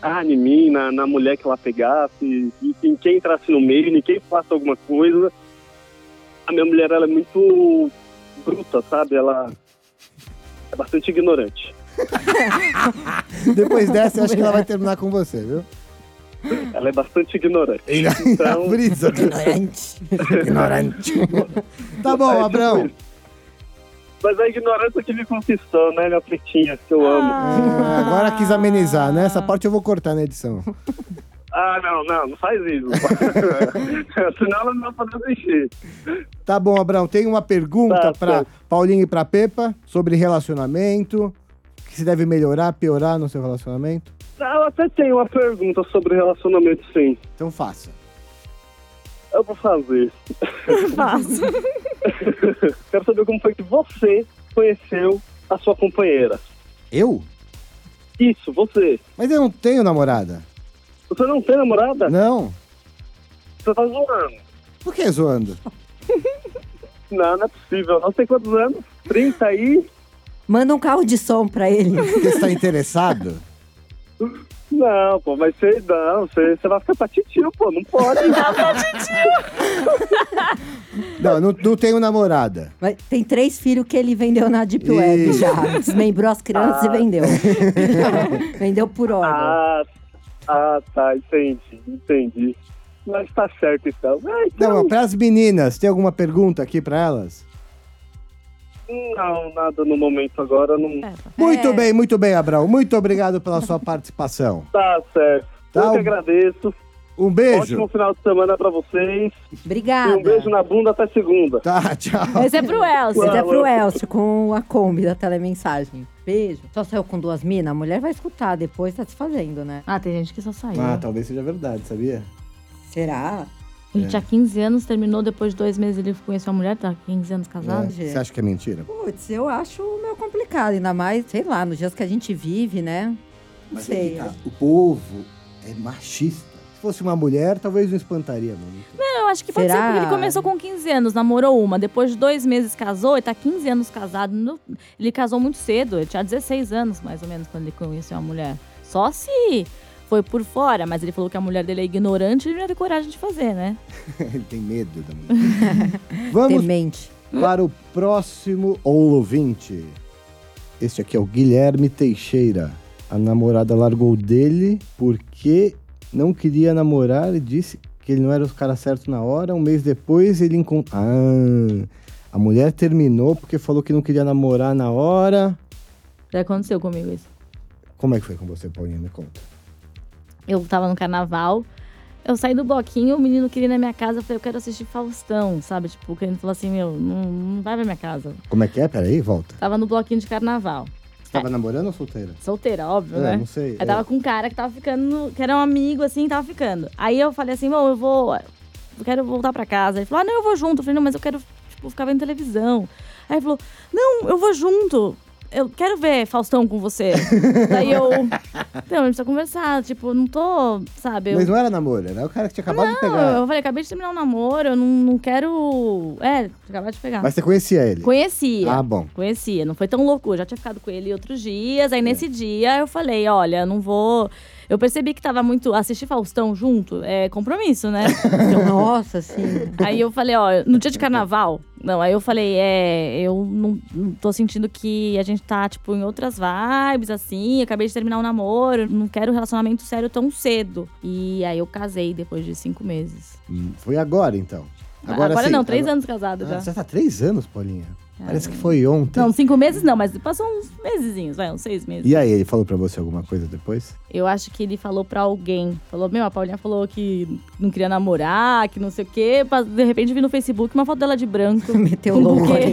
Speaker 4: Ah, em mim, na, na mulher que ela pegasse, e em quem entrasse no meio, em quem faça alguma coisa. A minha mulher ela é muito bruta, sabe? Ela é bastante ignorante.
Speaker 1: Depois dessa, eu acho que ela vai terminar com você, viu?
Speaker 4: Ela é bastante ignorante. Então-
Speaker 1: Por isso.
Speaker 2: Ignorante.
Speaker 1: Ignorante. Tá bom,
Speaker 4: É,
Speaker 1: Abrão.
Speaker 4: tipo isso. Mas a ignorância que me conquistou, né, minha pretinha, que eu amo.
Speaker 1: Ah, agora quis amenizar, né? Essa parte eu vou cortar na edição.
Speaker 4: Ah, não, não, não faz isso. Senão ela não vai fazer desistir.
Speaker 1: Tá bom, Abrão. Tem uma pergunta
Speaker 4: Tá,
Speaker 1: pra Paulinho e pra Pepa sobre relacionamento. O que se deve melhorar, piorar no seu relacionamento?
Speaker 4: Ah, Eu até tenho uma pergunta sobre relacionamento, sim.
Speaker 1: Então faça.
Speaker 4: Eu vou fazer.
Speaker 3: Faço.
Speaker 4: Quero saber como foi que você conheceu a sua companheira.
Speaker 1: Eu?
Speaker 4: Isso, você.
Speaker 1: Mas eu não tenho namorada.
Speaker 4: Você não tem namorada?
Speaker 1: Não.
Speaker 4: Você tá zoando.
Speaker 1: Por que zoando?
Speaker 4: Não, não é possível. Não sei quantos anos. 30 aí?
Speaker 2: Manda um carro de som pra ele.
Speaker 1: Porque você tá interessado?
Speaker 4: Não, pô, mas você não. Você, você vai ficar pra titio, pô. Não pode.
Speaker 1: Não, não, não tenho namorada.
Speaker 2: Vai- Tem três filhos que ele vendeu na Deep Web
Speaker 1: Ih.
Speaker 2: já. Desmembrou as crianças e vendeu. vendeu por hora.
Speaker 4: Ah, ah, tá, entendi, entendi. Mas tá certo então. Ah,
Speaker 1: Não,
Speaker 4: então
Speaker 1: para as meninas, tem alguma pergunta aqui pra elas?
Speaker 4: É. não, um nada no momento agora, não
Speaker 3: É,
Speaker 1: Muito bem, muito bem, Abrão. Muito obrigado pela sua participação.
Speaker 4: tá certo.
Speaker 1: Tá,
Speaker 4: Eu que
Speaker 1: um-
Speaker 4: agradeço.
Speaker 1: Um beijo.
Speaker 4: Ótimo final de semana pra vocês. E
Speaker 2: Obrigada.
Speaker 4: um beijo na bunda até segunda.
Speaker 1: Tá, tchau.
Speaker 3: Esse é pro Elcio.
Speaker 2: Esse é pro Elcio com a Kombi da telemensagem. Beijo. Só saiu com duas minas, a mulher vai escutar depois, tá se fazendo, né?
Speaker 3: Ah, tem gente que só
Speaker 4: É.
Speaker 3: saiu.
Speaker 1: Ah, talvez seja verdade, sabia?
Speaker 2: Será?
Speaker 3: Ele
Speaker 1: É.
Speaker 3: tinha 15 anos, terminou, depois de dois meses ele conheceu a mulher, tá 15 anos casado.
Speaker 1: É. Você acha que é mentira?
Speaker 2: Putz, eu acho meio complicado, ainda mais, sei lá, nos dias que a gente vive, né? Não
Speaker 1: Mas aí
Speaker 2: sei.
Speaker 1: que tá, o povo é machista. Se fosse uma mulher, talvez não espantaria, mano.
Speaker 3: Eu acho que pode
Speaker 2: Será?
Speaker 3: ser porque ele começou com 15 anos, namorou uma, depois de dois meses casou e tá 15 anos casado. No- Ele casou muito cedo, ele tinha 16 anos mais ou menos quando ele conheceu a mulher. Só se foi por fora, mas ele falou que a mulher dele é ignorante, ele não ia ter coragem de fazer, né?
Speaker 1: Ele tem medo da mulher. Vamos
Speaker 2: Demente.
Speaker 1: para o próximo ouvinte. Este aqui é o Guilherme Teixeira. A namorada largou dele porque não queria namorar e disse que ele não era o cara certo na hora. Um mês depois ele encontrou. Ah, a mulher terminou porque falou que não queria namorar na hora.
Speaker 3: Já aconteceu comigo isso.
Speaker 1: Como é que foi com você, Paulinha? Me conta.
Speaker 3: Eu tava no carnaval, eu saí do bloquinho, o menino queria ir na minha casa, eu falei, eu quero assistir Faustão, sabe? Tipo, querendo falar assim, meu, não, não vai pra minha casa.
Speaker 1: Como é que é? Peraí, volta.
Speaker 3: Tava no bloquinho de carnaval.
Speaker 1: Você
Speaker 3: É.
Speaker 1: tava namorando ou solteira?
Speaker 3: Solteira, óbvio,
Speaker 1: é,
Speaker 3: né?
Speaker 1: não sei.
Speaker 3: Aí tava com um cara que tava ficando, no- que era um amigo, assim, tava ficando. Aí eu falei assim, bom, eu vou, eu quero voltar pra casa. Ele falou, ah, não, eu vou junto. Eu falei, não, mas eu quero, tipo, ficar vendo televisão. Aí ele falou, não, eu vou junto. Eu quero ver Faustão com você. Daí eu, não, a gente precisa conversar, tipo, eu não tô, sabe?
Speaker 1: É.
Speaker 3: Eu,
Speaker 1: Mas não era namoro, era o cara que tinha acabado de
Speaker 3: não,
Speaker 1: pegar.
Speaker 3: eu falei, acabei de terminar um namoro, eu não, não quero... É, acabar de pegar.
Speaker 1: Mas você conhecia ele?
Speaker 3: Conhecia.
Speaker 1: Ah, bom.
Speaker 3: Conhecia, não foi tão louco. Eu já tinha ficado com ele outros dias.
Speaker 1: É.
Speaker 3: Aí nesse dia eu falei: olha, não vou. Eu percebi que tava muito. Assistir Faustão junto é compromisso, né?
Speaker 2: Nossa, assim.
Speaker 3: aí eu falei: ó, no dia de carnaval. Não, aí eu falei: é, eu não, não tô sentindo que a gente tá, tipo, em outras vibes, assim. Acabei de terminar o namoro, não quero um relacionamento sério tão cedo. E aí eu casei depois de cinco meses.
Speaker 1: Hum, Foi agora, então. Agora, sim,
Speaker 3: não, três
Speaker 1: agora-
Speaker 3: anos casado
Speaker 1: Ah,
Speaker 3: já. É.
Speaker 1: já tá três anos, Paulinha? Parece que foi ontem.
Speaker 3: Não, cinco meses não, mas passou uns mesezinhos, vai, uns seis meses.
Speaker 1: E aí, ele falou pra você alguma coisa depois?
Speaker 3: Eu acho que ele falou pra alguém. Falou, meu, a Paulinha falou que não queria namorar, que não sei o quê. Mas, De repente vi no Facebook uma foto dela de branco.
Speaker 2: Meteu
Speaker 3: Com
Speaker 2: louco.
Speaker 3: buquê.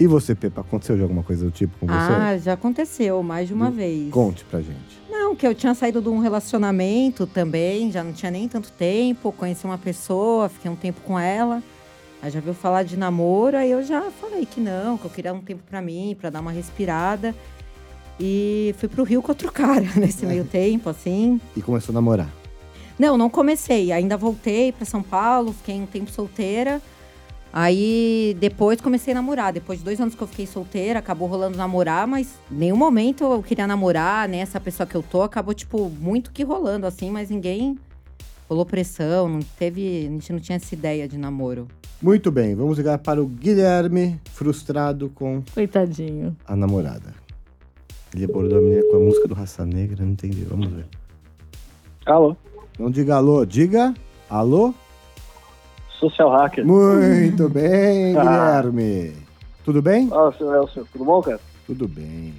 Speaker 1: E você, Pepa, aconteceu de alguma coisa do tipo com você?
Speaker 2: Ah, já aconteceu mais de uma vez.
Speaker 1: Conte pra gente.
Speaker 2: Não, que eu tinha saído de um relacionamento também, já não tinha nem tanto tempo, conheci uma pessoa, fiquei um tempo com ela. Aí já viu falar de namoro, aí eu já falei que não, que eu queria um tempo pra mim, pra dar uma respirada. E fui pro Rio com outro cara nesse meio tempo, assim.
Speaker 1: E começou a namorar.
Speaker 2: Não, não comecei. Ainda voltei para São Paulo, fiquei um tempo solteira. Aí depois comecei a namorar. Depois de dois anos que eu fiquei solteira, acabou rolando namorar, mas em nenhum momento eu queria namorar, né? Essa pessoa que eu tô acabou, tipo, muito que rolando assim, mas ninguém rolou pressão, não teve. A gente não tinha essa ideia de namoro.
Speaker 1: Muito bem, vamos ligar para o Guilherme, frustrado com
Speaker 3: Coitadinho.
Speaker 1: a namorada. Ele abordou a menina com a música do Raça Negra, não entendi. Vamos ver.
Speaker 4: Alô,
Speaker 1: Não diga alô, diga alô.
Speaker 4: social hacker.
Speaker 1: Muito bem,
Speaker 4: Ah.
Speaker 1: Guilherme. Tudo bem?
Speaker 4: Ah, seu Elcio, tudo bom, cara?
Speaker 1: Tudo bem.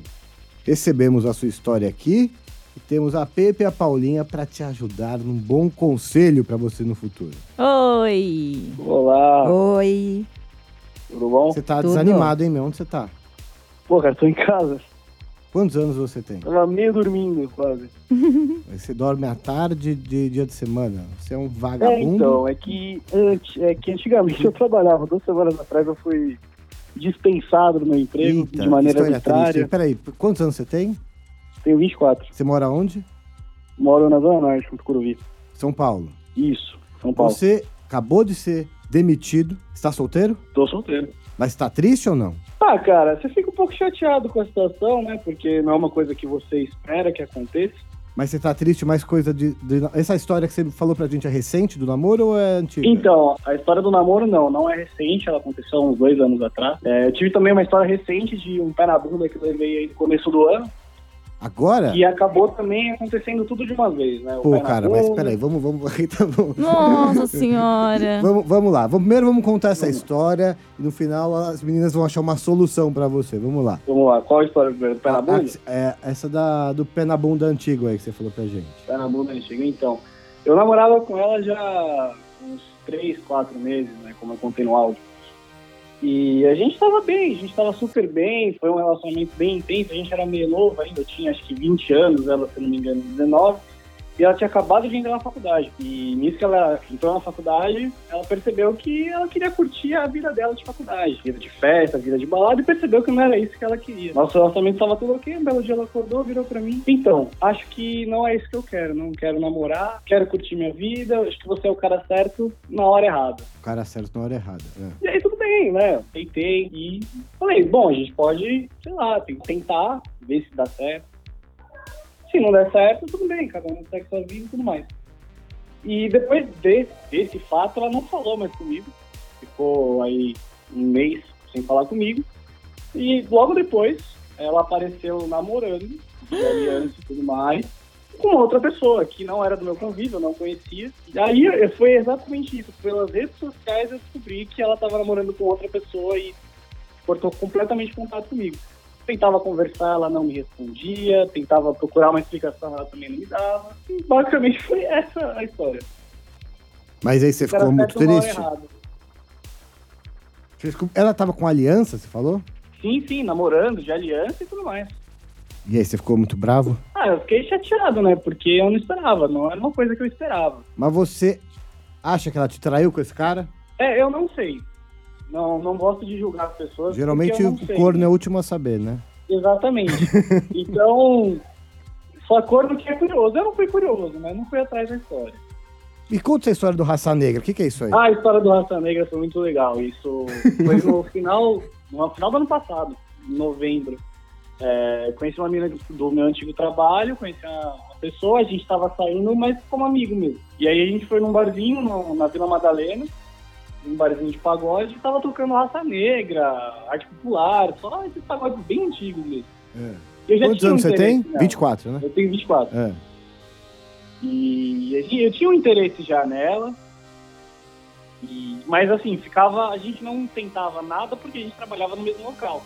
Speaker 1: Recebemos a sua história aqui e temos a Pepe e a Paulinha para te ajudar num bom conselho para você no futuro.
Speaker 3: Oi!
Speaker 4: Olá,
Speaker 2: Oi!
Speaker 4: tudo bom?
Speaker 1: Você tá
Speaker 2: Tudo.
Speaker 1: desanimado, hein, meu? Onde você tá?
Speaker 4: Pô, cara, tô em casa.
Speaker 1: Quantos anos você tem?
Speaker 4: Tava meio dormindo, quase.
Speaker 1: Você dorme à tarde de dia de semana? Você é um
Speaker 4: É,
Speaker 1: vagabundo?
Speaker 4: então, é que, antes, é que antigamente eu trabalhava. Duas semanas atrás eu fui dispensado do meu emprego
Speaker 1: Eita,
Speaker 4: de maneira
Speaker 1: história triste.
Speaker 4: arbitrária.
Speaker 1: Peraí, quantos anos você tem?
Speaker 4: Tenho 24.
Speaker 1: Você mora onde?
Speaker 4: Moro na Zona Norte, junto com Curuvi.
Speaker 1: São Paulo.
Speaker 4: Isso, São Paulo.
Speaker 1: Você acabou de ser demitido. Está solteiro?
Speaker 4: Tô solteiro.
Speaker 1: Mas tá triste ou não?
Speaker 4: Ah, cara, você fica um pouco chateado com a situação, né? Porque não é uma coisa que você espera que aconteça.
Speaker 1: Mas você tá triste mais coisa de, de- Essa história que você falou pra gente é recente do namoro ou é antiga?
Speaker 4: Então, a história do namoro não, não é recente, ela aconteceu há uns dois anos atrás. É, eu tive também uma história recente de um pé na bunda que eu levei aí no começo do ano,
Speaker 1: Agora?
Speaker 4: e acabou também acontecendo tudo de uma vez, né?
Speaker 1: Tá.
Speaker 4: O pé
Speaker 1: Pô,
Speaker 4: na
Speaker 1: cara, mas
Speaker 4: bunda.
Speaker 1: peraí, vamos, vamos, então, vamos,
Speaker 3: Nossa senhora!
Speaker 1: vamos, vamos lá. Vamos- primeiro vamos contar essa história e no final as meninas vão achar uma solução pra você. Vamos lá.
Speaker 4: Vamos lá, qual a história primeiro? Pé
Speaker 5: Ah,
Speaker 4: na
Speaker 1: A-
Speaker 4: bunda?
Speaker 1: a- é, essa da, do pé na bunda antigo aí que você falou pra gente.
Speaker 4: Pé na bunda, a gente chegou então.
Speaker 5: Eu namorava com ela já uns 3, 4 meses, né? Como eu contei no áudio. E a gente tava bem, a gente tava super bem, foi um relacionamento bem intenso, a gente era meio novo ainda, eu tinha acho que 20 anos, ela, se não me engano, 19. E ela tinha acabado de entrar na faculdade. E nisso que ela entrou na faculdade, ela percebeu que ela queria curtir a vida dela tipo, de faculdade. Vida de festa, vida de balada, e percebeu que não era isso que ela queria. Nosso relacionamento estava tudo ok, um belo dia ela acordou, virou pra mim. Então, acho que não é isso que eu quero. Não quero namorar, quero curtir minha vida, acho que você é o cara certo na hora errada.
Speaker 1: O cara certo na hora errada. É.
Speaker 5: E aí tudo bem, né? Eu Tentei e falei, bom, a gente pode, sei lá, tem que tentar, ver se dá certo. Se não der certo, tudo bem, cada um segue sua vida e tudo mais. E depois desse, desse fato, ela não falou mais comigo. Ficou aí um mês sem falar comigo. E logo depois, ela apareceu namorando, aliança e tudo mais, com uma outra pessoa que não era do meu convívio, eu não conhecia. E aí eu- foi exatamente isso. Pelas redes sociais eu descobri que ela estava namorando com outra pessoa e cortou completamente contato comigo. Tentava conversar, ela não me respondia. Tentava procurar uma explicação, ela também não me dava. E basicamente foi essa a história.
Speaker 1: Mas aí você
Speaker 5: Era
Speaker 1: ficou muito
Speaker 5: certo, uma hora
Speaker 1: triste.
Speaker 5: errada.
Speaker 1: Você ficou- Ela tava com aliança, você falou?
Speaker 5: Sim, sim, namorando, de aliança e tudo mais.
Speaker 1: E aí você ficou muito bravo?
Speaker 5: Ah, eu fiquei chateado, né? Porque eu não esperava, não era uma coisa que eu esperava.
Speaker 1: Mas você acha que ela te traiu com esse cara?
Speaker 5: É, eu não sei. Não, não gosto de julgar as pessoas.
Speaker 1: Geralmente
Speaker 5: porque eu
Speaker 1: o
Speaker 5: não sei.
Speaker 1: corno é o último a saber, né?
Speaker 5: Exatamente. então, só corno que é curioso. Eu não fui curioso, mas não fui atrás da história.
Speaker 1: Me conta essa história do Raça Negra, o que, que é isso aí?
Speaker 5: Ah, a história do Raça Negra foi muito legal. Isso foi no final, no final do ano passado, em novembro. É, conheci uma menina do- do meu antigo trabalho, conheci uma uma pessoa, a gente tava saindo, mas como amigo mesmo. E aí a gente foi num barzinho no- na Vila Madalena, num barzinho de pagode, e tava tocando Raça Negra, arte popular, só esses pagodes bem antigos mesmo.
Speaker 1: É.
Speaker 5: E eu já
Speaker 1: Quantos
Speaker 5: tinha um
Speaker 1: anos você tem?
Speaker 5: interesse nela.
Speaker 1: 24, né?
Speaker 5: Eu tenho 24.
Speaker 1: É.
Speaker 5: E assim, eu tinha um interesse já nela. E, mas assim, ficava. A gente não tentava nada porque a gente trabalhava no mesmo local.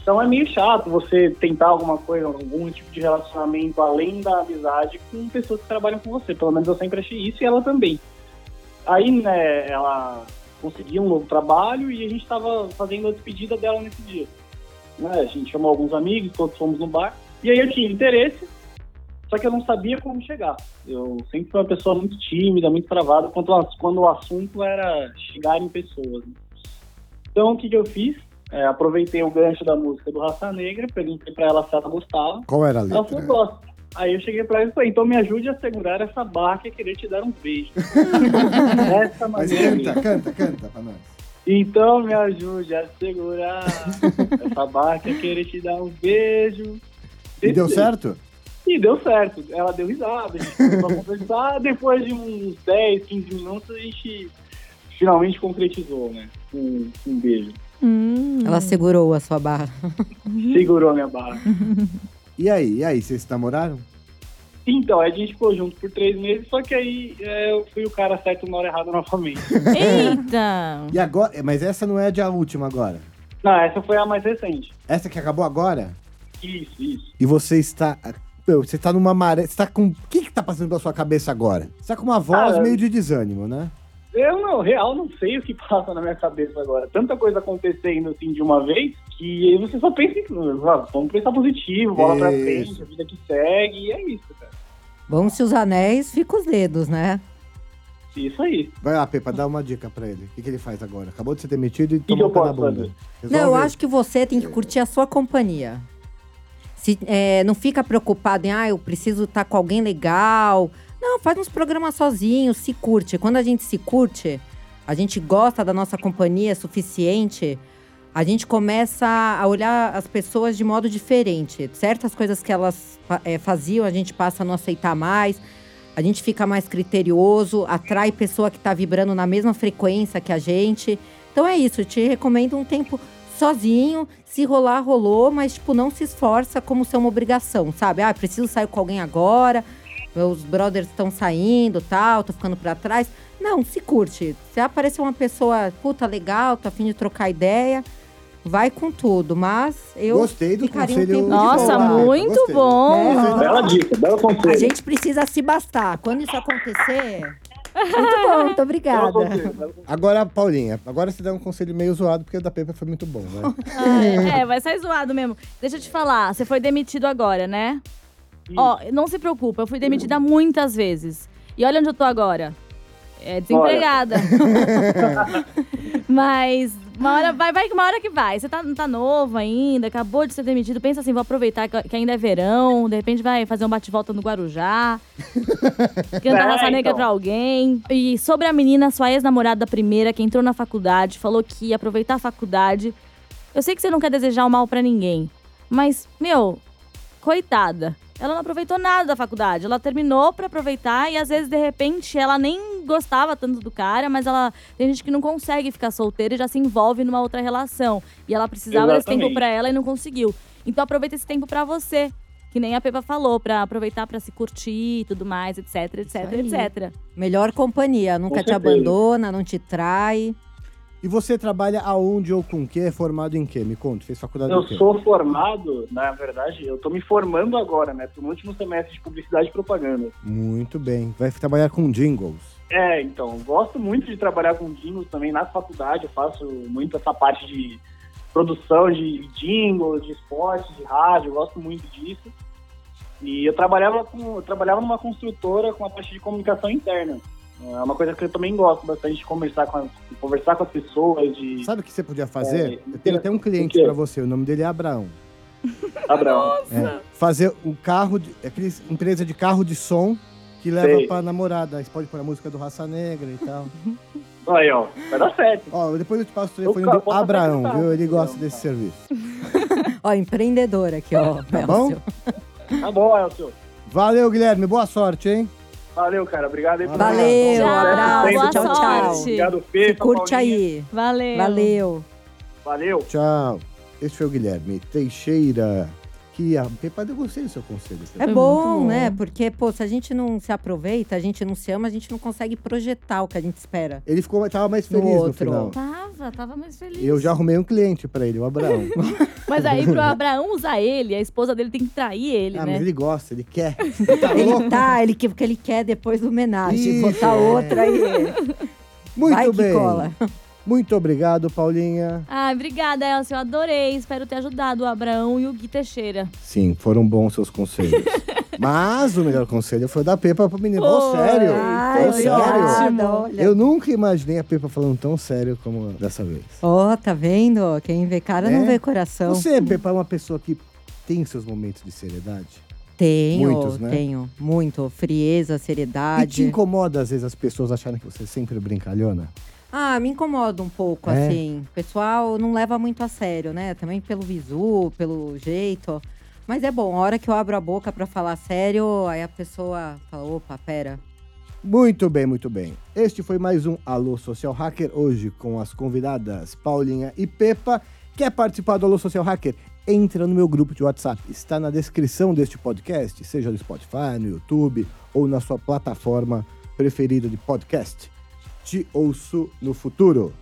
Speaker 5: Então é meio chato você tentar alguma coisa, algum tipo de relacionamento além da amizade com pessoas que trabalham com você. Pelo menos eu sempre achei isso e ela também. Aí, né, ela conseguiu um novo trabalho e a gente tava fazendo a despedida dela nesse dia. Né, a gente chamou alguns amigos, todos fomos no bar. E aí eu tinha interesse, só que eu não sabia como chegar. Eu sempre fui uma pessoa muito tímida, muito travada, quando, a- quando o assunto era chegar em pessoas. né. Então, o que, que eu fiz? É, aproveitei o gancho da música do Raça Negra, perguntei pra ela se ela gostava.
Speaker 1: Qual era a
Speaker 5: Ela falou,
Speaker 1: letra?
Speaker 5: gosto. Aí eu cheguei pra ela e falei, então me ajude a segurar essa barra que é querer te dar um beijo. Dessa
Speaker 1: Mas
Speaker 5: maneira.
Speaker 1: canta, canta, canta pra nós.
Speaker 5: Então me ajude a segurar essa barca, querer te dar um beijo.
Speaker 1: E deu
Speaker 5: Esse-
Speaker 1: certo?
Speaker 5: E deu certo. Ela deu risada, a gente começou a conversar. Depois de uns 10, 15 minutos, a gente finalmente concretizou, né? Um, um beijo.
Speaker 3: Hum.
Speaker 2: Ela segurou a sua barra.
Speaker 5: Segurou a minha barra.
Speaker 1: E aí, e aí, vocês se namoraram?
Speaker 5: Então, aí a gente ficou junto por três meses, só que aí é, eu fui o cara certo na hora errada novamente.
Speaker 3: Eita!
Speaker 1: E agora, é, mas essa não é a de a última agora.
Speaker 5: Não, essa foi a mais recente.
Speaker 1: Essa que acabou agora?
Speaker 5: Isso, isso.
Speaker 1: E você está. Meu, você tá numa maré. Você tá com. O que que tá passando pela sua cabeça agora? Você tá com uma voz
Speaker 5: Cara,
Speaker 1: meio de desânimo, né?
Speaker 5: Eu, não, real, não sei o que passa na minha cabeça agora. Tanta coisa acontecendo, assim, de uma vez, que aí você só pensa em... "Ah, Vamos pensar positivo, bola pra frente,
Speaker 1: Isso.
Speaker 5: a vida que segue, e é isso, cara.
Speaker 2: Vão-se os anéis, fica os dedos, né?
Speaker 5: Isso aí.
Speaker 1: Vai lá, Pepa, dá uma dica pra ele. O que, que ele faz agora? Acabou de ser demitido e
Speaker 5: que
Speaker 1: tomou
Speaker 5: eu
Speaker 1: o pé na
Speaker 5: posso
Speaker 1: bunda.
Speaker 5: fazer?
Speaker 2: Não, eu
Speaker 1: Resolve.
Speaker 2: acho que você tem que curtir a sua companhia. Se, é, não fica preocupado em, ah, eu preciso estar com alguém legal. Não, faz uns programas sozinho, se curte. Quando a gente se curte, a gente gosta da nossa companhia suficiente, a gente começa a olhar as pessoas de modo diferente. Certas coisas que elas fa- é, faziam, a gente passa a não aceitar mais. A gente fica mais criterioso, atrai pessoa que tá vibrando na mesma frequência que a gente. Então é isso, eu te recomendo um tempo sozinho. Se rolar, rolou, mas tipo, não se esforça como ser uma obrigação, sabe? Ah, preciso sair com alguém agora, meus brothers estão saindo, tal, tô ficando pra trás. Não, se curte. Se aparecer uma pessoa, puta, legal, tô afim de trocar ideia, vai com tudo. Mas eu
Speaker 1: Gostei do
Speaker 2: ficaria um
Speaker 1: conselho
Speaker 2: tempo de
Speaker 3: Nossa,
Speaker 2: fora.
Speaker 1: boa.
Speaker 3: muito
Speaker 1: Gostei. É,
Speaker 3: bom.
Speaker 2: Né?
Speaker 5: Bela dica, belo
Speaker 2: A
Speaker 5: conselho.
Speaker 2: gente precisa se bastar. Quando isso acontecer. Muito bom, muito
Speaker 5: Belo
Speaker 2: obrigada.
Speaker 5: conselho, belo conselho.
Speaker 1: Agora, Paulinha, agora você dá um conselho meio zoado, porque o da Pepa foi muito bom, né?
Speaker 3: É, é, vai sair zoado mesmo. Deixa eu te falar, você foi demitido agora, né?
Speaker 5: Sim.
Speaker 3: Ó, não se preocupa, eu fui demitida muitas vezes. E olha onde eu tô agora. É desempregada. Mas uma hora vai, vai, uma hora que vai. Você tá, tá novo ainda, acabou de ser demitido. Pensa assim, vou aproveitar que que ainda é verão. De repente vai fazer um bate-volta no Guarujá. Cantar
Speaker 5: É,
Speaker 3: raça negra
Speaker 5: então.
Speaker 3: pra alguém. E sobre a menina, sua ex-namorada primeira, que entrou na faculdade, falou que ia aproveitar a faculdade. Eu sei que você não quer desejar o mal pra ninguém. Mas, meu, coitada. Ela não aproveitou nada da faculdade. Ela terminou pra aproveitar e às vezes, de repente, ela nem gostava tanto do cara, mas ela. Tem gente que não consegue ficar solteira e já se envolve numa outra relação. E ela precisava desse
Speaker 5: Exatamente.
Speaker 3: tempo pra ela e não conseguiu. Então aproveita esse tempo pra você. Que nem a Pepa falou, pra aproveitar pra se curtir e tudo mais, etc, etc,
Speaker 2: aí.
Speaker 3: etc.
Speaker 2: Melhor companhia. Nunca te
Speaker 5: certeza.
Speaker 2: abandona, não te trai.
Speaker 1: E você trabalha aonde ou com o quê? É formado em quê? Me conta, fez faculdade
Speaker 5: Eu
Speaker 1: em quê?
Speaker 5: sou formado, na verdade, eu tô me formando agora, né? Tô no último semestre de publicidade e propaganda.
Speaker 1: Muito bem. Vai trabalhar com jingles.
Speaker 5: É, então, gosto muito de trabalhar com jingles também na faculdade, eu faço muito essa parte de produção de jingles, de esporte, de rádio, eu gosto muito disso. E eu trabalhava com, eu trabalhava numa construtora com a parte de comunicação interna. É uma coisa que eu também gosto bastante de conversar com as, de conversar com as pessoas, de
Speaker 1: Sabe o que você podia fazer?
Speaker 5: É,
Speaker 1: Eu tenho até um
Speaker 5: o
Speaker 1: cliente
Speaker 5: quê?
Speaker 1: pra você, o nome dele é Abraão.
Speaker 5: Abraão.
Speaker 1: É, fazer um carro, de, aqueles empresa de carro de som que leva
Speaker 5: Sei.
Speaker 1: pra namorada. Aí Você pode pôr a música do Raça Negra e tal.
Speaker 5: Aí, ó, vai dar certo.
Speaker 1: Ó, depois eu te passo o
Speaker 5: Eu
Speaker 1: telefone
Speaker 5: ca-
Speaker 1: do
Speaker 5: posso até
Speaker 1: Abraão,
Speaker 5: cantar.
Speaker 1: viu? Ele gosta
Speaker 5: Não,
Speaker 1: desse
Speaker 5: tá.
Speaker 1: serviço.
Speaker 2: Ó, empreendedora aqui, ó.
Speaker 1: Tá
Speaker 2: Elcio.
Speaker 5: Tá bom, Elcio.
Speaker 1: Valeu, Guilherme. Boa sorte, hein?
Speaker 5: Valeu, cara. Obrigado aí por
Speaker 2: Valeu,
Speaker 3: Tchau,
Speaker 2: abraço,
Speaker 3: boa
Speaker 2: tchau, tchau.
Speaker 3: sorte.
Speaker 5: Obrigado,
Speaker 2: Se
Speaker 5: Fê.
Speaker 2: curte aí.
Speaker 3: Valeu.
Speaker 2: Valeu.
Speaker 5: Valeu.
Speaker 1: Tchau. Esse foi o Guilherme Teixeira. Que a Pepa, eu gostei do seu conselho. Pepa.
Speaker 2: É
Speaker 3: Foi
Speaker 2: bom,
Speaker 3: muito bom.
Speaker 2: né? Porque, pô, se a gente não se aproveita, a gente não se ama, a gente não consegue projetar o que a gente espera.
Speaker 1: Ele ficou, tava mais
Speaker 2: No
Speaker 1: feliz no,
Speaker 2: outro.
Speaker 1: final.
Speaker 3: Tava, tava mais feliz.
Speaker 1: E eu já arrumei um cliente pra ele, o Abraão.
Speaker 3: Mas aí, pro Abraão usar ele, a esposa dele tem que trair ele,
Speaker 1: ah,
Speaker 3: né?
Speaker 1: mas ele gosta, ele quer. Tá louco?
Speaker 2: Ele tá, ele que, porque ele quer depois do homenagem.
Speaker 1: Isso,
Speaker 2: botar
Speaker 1: é.
Speaker 2: outra aí.
Speaker 1: Muito
Speaker 2: Vai que
Speaker 1: bem.
Speaker 2: cola.
Speaker 1: Muito obrigado, Paulinha.
Speaker 3: Ai, obrigada, Elcio. Eu adorei. Espero ter ajudado o Abraão e o Gui Teixeira.
Speaker 1: Sim, foram bons seus conselhos. Mas o melhor conselho foi da Pepa pro menino. Ô,
Speaker 3: Foi.
Speaker 1: sério.
Speaker 2: Ai,
Speaker 1: Ô, Tá sério.
Speaker 2: obrigada, olha.
Speaker 1: Eu nunca imaginei a Pepa falando tão sério como dessa vez.
Speaker 2: Ó, tá vendo? Quem vê cara não
Speaker 1: É.
Speaker 2: vê coração.
Speaker 1: Você, Pepa, é uma pessoa que tem seus momentos de seriedade.
Speaker 2: Tenho,
Speaker 1: Muitos, né?
Speaker 2: tenho. Muito. Frieza,
Speaker 1: E te
Speaker 2: seriedade.
Speaker 1: incomoda, às vezes, as pessoas acharem que você é sempre brincalhona?
Speaker 2: Ah, me incomoda um pouco,
Speaker 1: É?
Speaker 2: assim. O pessoal não leva muito a sério, né? Também pelo visu, pelo jeito. Mas é bom, a hora que eu abro a boca pra falar sério, aí a pessoa fala, opa, pera.
Speaker 1: Muito bem, muito bem. Este foi mais um Alô Social Hacker, hoje com as convidadas Paulinha e Pepa. Quer participar do Alô Social Hacker? Entra no meu grupo de WhatsApp. Está na descrição deste podcast, seja no Spotify, no YouTube ou na sua plataforma preferida de podcast. Te ouço no futuro.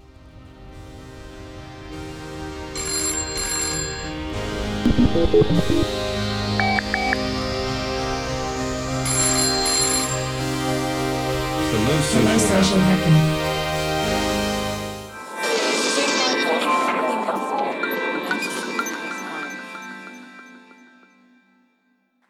Speaker 6: Hello, social hacker.